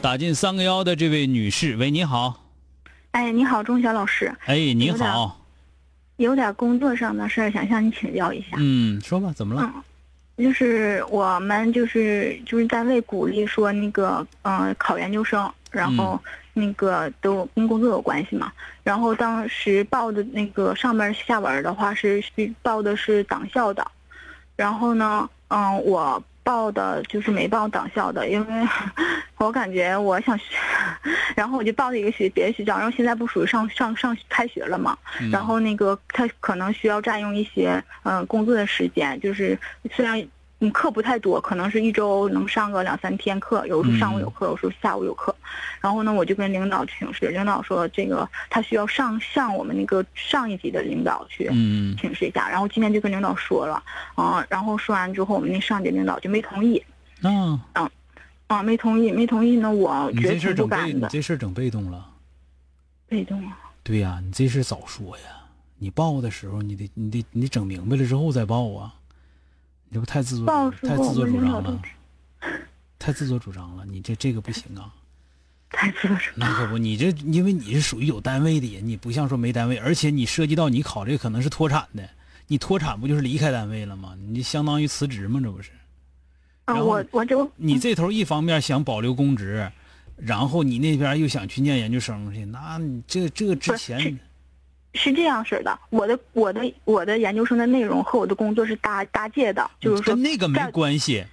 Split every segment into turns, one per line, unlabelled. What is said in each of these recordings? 打进三个幺的这位女士，喂，你好，
哎，你好，钟晓老师，
哎，你
有点
好，
有点工作上的事儿想向你请教一下。嗯
嗯，说吧，怎么了？
就是我们就是就是单位鼓励说那个呃考研究生，然
嗯
后那个都跟工作有关系嘛。然后当时报的那个上边儿下文儿的话是是报的是党校的，然后呢，嗯、我报的就是没报党校的，因为 我感觉我想学， 然后我就报了一个学别的学校，然后现在不属于上上上开学了嘛，
嗯
然后那个他可能需要占用一些嗯、呃工作的时间，就是虽然嗯课不太多，可能是一周能上个两三天课，有时候上午有课，有时候下午有课。然后呢，我就跟领导请示，领导说这个他需要上向我们那个上一级的领导去
嗯
请示一下。然后今天就跟领导说了，啊、然后说完之后，我们那上级领导就没同意，
那
啊、没同意，没同意呢，我
你
觉得
这事
挺
儿
不
整被
甘
你
的，
这事儿整被动了。
被动啊。
对呀、你这事早说呀！你报的时候，你得你得你整明白了之后再报啊！你这不太自作
报
主
时
太
候
自
我
作
们
主
领导
张
都
了，太自作主张了！你这这个不行 啊！
太自作主啊张。
那可不，你这因为你是属于有单位的人，你不像说没单位，而且你涉及到你考这个可能是脱产的，你脱产不就是离开单位了吗？你这相当于辞职吗？这不是？
啊，
然后
我我这
你这头一方面想保留公职，然后你那边又想去念研究生去，那你这这个之
不是
前
是这样式儿的，我的我的我的研究生的内容和我的工作是搭搭界的，就是说
跟，那个没
在
关系。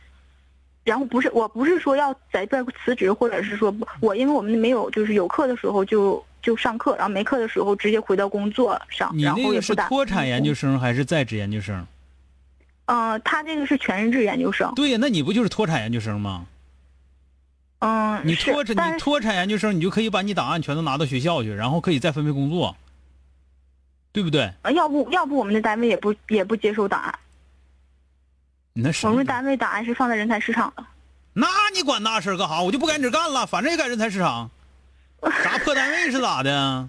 然后不是我不是说要在这儿辞职，或者是说不我因为我们没有就是有课的时候就就上课，然后没课的时候直接回到工作上，
你
哦然后
那
也
个
不
是
打。
脱产研究生还是在职研究生？
嗯、他这个是全日制研究生，
对呀，那你不就是脱产研究生吗？
嗯、
你
是
脱产，
但
你
是
脱产研究生，你就可以把你档案全都拿到学校去，然后可以再分配工作，对不对？
呃要不要不我们的单位也不也不接收档案，
你那什
我
么
们单位档案是放在人才市场的。
那你管那事儿干啥？我就不赶紧干了，反正也赶人才市 场，啥破单位是咋的？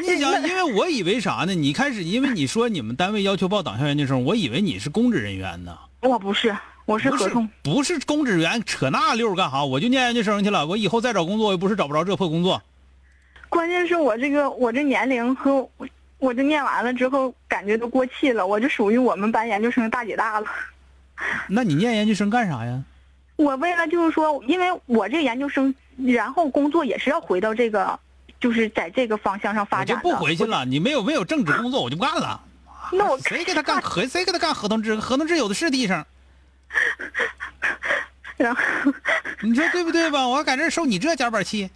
你想，因为我以为啥呢？你开始因为你说你们单位要求报党校研究生，我以为你是公职人员呢。
我不是，我是
不
合同。
不是公职员，扯那溜儿干啥？我就念研究生去了，我以后再找工作，我也不是找不着这破工作。
关键是我这个我这年龄和我我这念完了之后感觉都过气了，我这属于我们班研究生大姐大了。
那你念研究生干啥呀？
我为了就是说，因为我这研究生，然后工作也是要回到这个，就是在这个方向上发
我就
展的。
不回去了，你没有没有正职工作，我就不干了。
那我
谁给他干合谁给他干合同制？合同制有的是地上，
然后
你说对不对吧？我还在这儿受你这夹板气，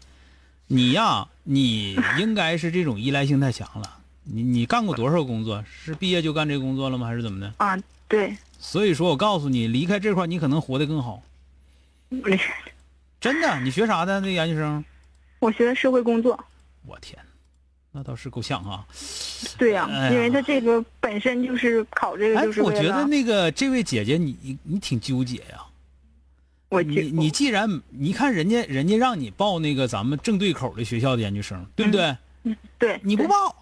你呀，你应该是这种依赖性太强了。你你干过多少工作？是毕业就干这工作了吗？还是怎么的？
啊，对，
所以说我告诉你，离开这块儿你可能活得更好。真的，你学啥的？那研究生？
我学的社会工作。
我天，那倒是够呛啊！
对呀、
哎呀
因为他这个本身就是考这个
哎
就是，
我
为
觉
了
得那个这位姐姐你，你你挺纠结呀、
我
你
去
你既然你看人家人家让你报那个咱们正对口的学校的研究生，对不对？
嗯对
你不
对
报，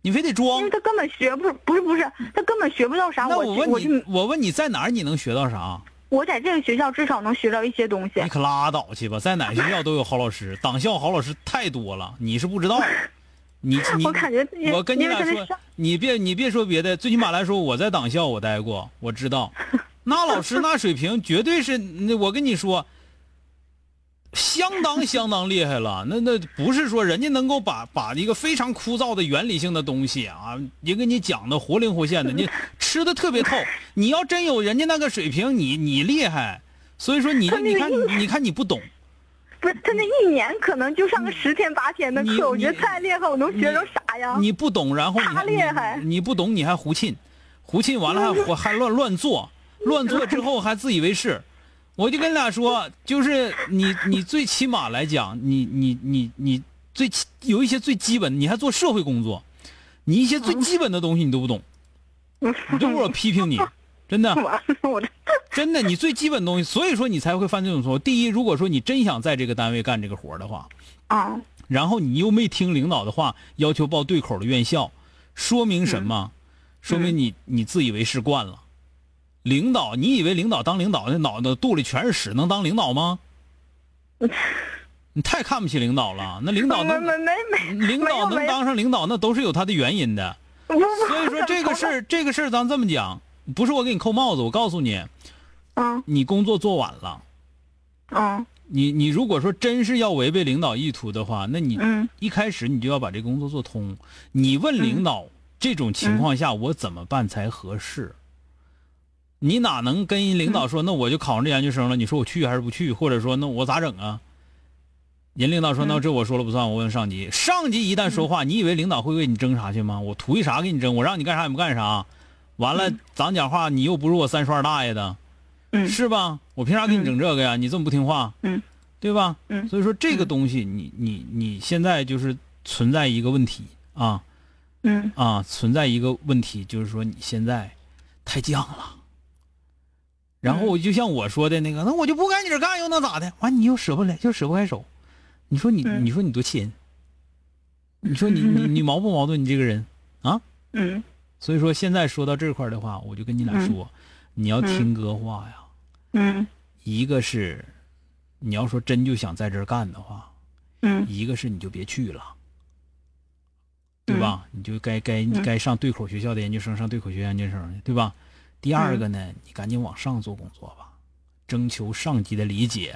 你非得装
因为。他根本学不不是不是，他根本学不到啥。
那
我
我
去我
问你
就，
我问你在哪儿你能学到啥？
我在这个学校至少能学到一些东西
你。可拉倒去吧，在哪个学校都有好老师，党校好老师太多了，你是不知道。 你你
我感觉因为
我跟你
因为
俩
他那
说
上，
你别你别说别的，最起码来说，我在党校我待过，我 知道，那老师那水平绝对是，那我跟你说，相 当相当厉害了。那那不是说人家能够把把一个非常枯燥的原理性的东西啊，也给你讲的活灵活现的，你吃的特别 透。你要真有人家那个水平，你你厉害。所以说你
他那
你
个
看你看你不懂，
不是他那一年可能就上个十天八天的
你
课，我觉得
你
再厉害，我能学着啥呀？嗯
你不懂，然后你还
啊他厉害嗯
你，你不懂你还胡沁，胡沁完了还胡还乱乱做，乱做之后还自以为是。我就跟俩说，就是你你最起码来讲，你你你你最起有一些最基本，你还做社会工作，你一些最基本的东西你都不懂，你这啊我批评你，真的。
完了，我这
真的，你最基本的东西，所以说你才会犯这种错误。第一，如果说你真想在这个单位干这个活儿的话，
啊，
然后你又没听领导的话，要求报对口的院校，说明什么？说明你你自以为是惯了。领导，你以为领导当领导那脑袋肚里全是屎，能当领导 吗？你太看不起领导了。 那领导
没
能
没没没，
领导
没有
能
没有
当上领导，那都是有他的原因的。
我我
所以说这个事 儿，这个事儿咱这么讲，不是我给你扣帽子，我告诉你，
嗯
你工作做晚了。
嗯
你你如果说真是要违背领导意图的话，那你
嗯
一开始你就要把这工作做通。你问领导、这种情况下我怎么办才合适？你哪能跟领导说、那我就考上这研究生了？你说我去还是不去？或者说那我咋整啊？人领导说、那这我说了不算，我问上级。上级一旦说话，你以为领导会为你争啥去吗？我图一啥给你争？我让你干啥你不干啥？完了，咱讲话你又不是我三十二大爷的，
嗯
是吧？我凭啥给你整这个呀？你这么不听话，
嗯，
对吧？
嗯
所以说这个东西你，你你现在就是存在一个问题啊
嗯
啊，存在一个问题，就是说你现在太犟了。然后
嗯
就像我说的那个，那我就不该你这干，又能咋的？完你又舍不来，又舍不开手。你说你，
嗯
你说你多气人？你说你 你你矛不矛盾？你这个人，
嗯
所以说现在说到这块儿的话，我就跟你俩
嗯
说，你要听哥话呀。
嗯
一个是你要说真就想在这儿干的话，
嗯
一个是你就别去了，对吧？
嗯
你就该该该上对口学校的研究生，上对口学校研究生去，对吧？第二
嗯
个呢，你赶紧往上做工作吧，征求上级的理解，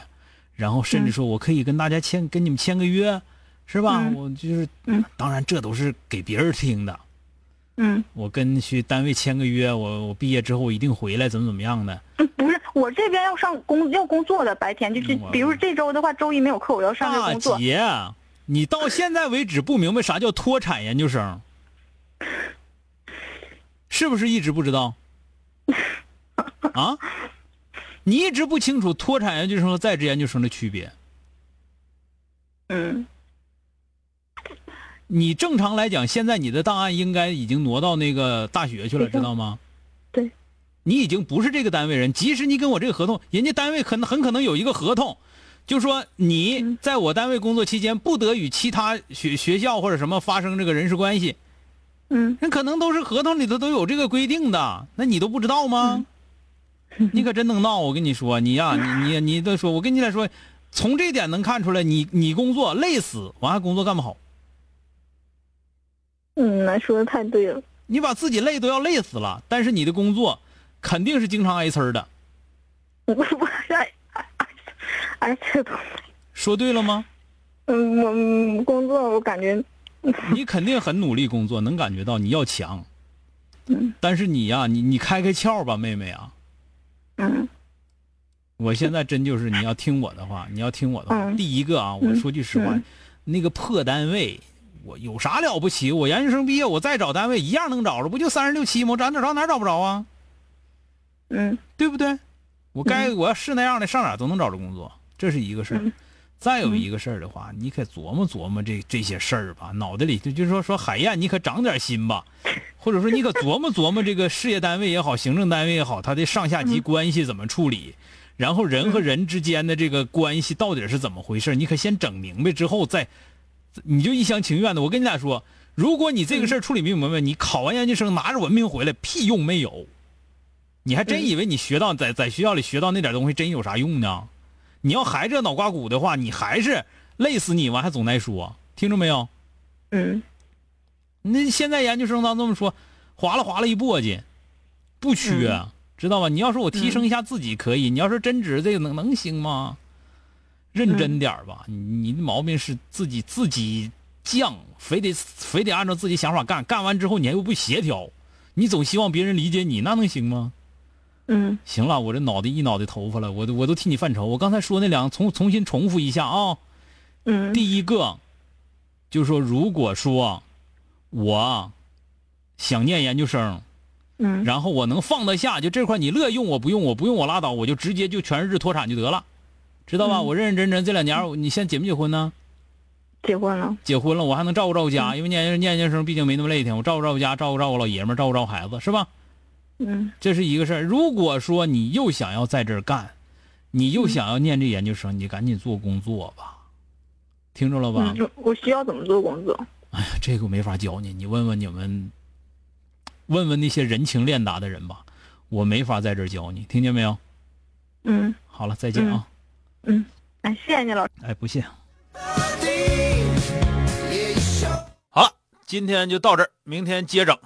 然后甚至说我可以跟大家签、跟你们签个约，是吧？
嗯
我就是，
嗯
当然这都是给别人听的，
嗯，
我跟去单位签个约，我我毕业之后我一定回来，怎么怎么样的。
嗯不是，我这边要上工要工作的，白天就是
嗯我
比如这周的话，周一没有课，我要上这
大
工作。
姐，啊你到现在为止不明白啥叫脱产研究生，是不是一直不知道？啊，你一直不清楚脱产研究生和在职研究生的区别。
嗯
你正常来讲，现在你的档案应该已经挪到那个大学去了，
对的
知道吗？
对。
你已经不是这个单位人，即使你跟我这个合同，人家单位可能很可能有一个合同，就说
嗯
你在我单位工作期间不得与其他学学校或者什么发生这个人事关系，
嗯
人可能都是合同里头都有这个规定的，那你都不知道吗？
嗯
你可真能闹！我跟你说，你呀、你你你都说，我跟你俩说，从这点能看出来你，你工作累死，完还工作干不好，
嗯，那说的太对了。
你把自己累都要累死了，但是你的工作肯定是经常挨呲儿的。
我我哎哎哎，这都
说对了吗？
嗯，我嗯工作我感觉
你肯定很努力工作，能感觉到你要强。
嗯
但是你呀、你你开开窍吧，妹妹啊！
嗯
我现在真就是你要听我的话，你要听我的话。
嗯
第一个啊，我说句实话，
嗯
那个破单位，我有啥了不起？我研究生毕业，我再找单位一样能找着，不就三十六七吗？我找哪找哪儿找不着啊？
嗯
对不对？我该、我要是那样的，上哪儿都能找着工作，这是一个事儿。再有一个事儿的话，你可琢磨琢磨这这些事儿吧，脑袋里就就是说说海燕，你可长点心吧，或者说你可琢磨琢磨这个事业单位也好，行政单位也好，它的上下级关系怎么处理，然后人和人之间的这个关系到底是怎么回事，你可先整明白之后再，你就一厢情愿的。我跟你俩说，如果你这个事儿处理没明白，你考完研究生拿着文凭回来，屁用没有。你还真以为你学到在在学校里学到那点东西真有啥用呢？你要还这脑瓜骨的话，你还是累死你完还总来说，听着没有？
嗯
那现在研究生当这么说，划拉划拉一簸箕，不缺、知道吧？你要说我提升一下自己可以，你要是真值这个能能行吗？认真点儿吧，你你的毛病是自己自己犟，非得非得按照自己想法干，干完之后你还又不协调，你总希望别人理解你，那能行吗？
嗯
行了，我这脑袋一脑袋头发了，我都我都替你犯愁。我刚才说那两，重重新重复一下啊、
嗯
第一个，就是说，如果说我想念研究生，
嗯
然后我能放得下，就这块你乐意用我不用，我不用我拉倒，我就直接就全日脱产就得了，知道吧？我认认真真这两年，你现在结没结婚呢？
结婚了，
结婚了，我还能照顾照顾家，因为念念研究生毕竟没那么累挺，我照顾照顾家，照顾照顾老爷们儿，照顾照顾孩子，是吧？
嗯
这是一个事儿。如果说你又想要在这儿干，你又想要念这研究生，你就赶紧做工作吧，听着了吧？
嗯，我需要怎么做工作？
这个我没法教你，你问问你们，问问那些人情练达的人吧，我没法在这儿教你，听见没有？
嗯
好了，再见啊！
嗯，哎，谢谢你老师。
哎，不谢。
Yeah, you show.
好了，今天就到这儿，明天接整。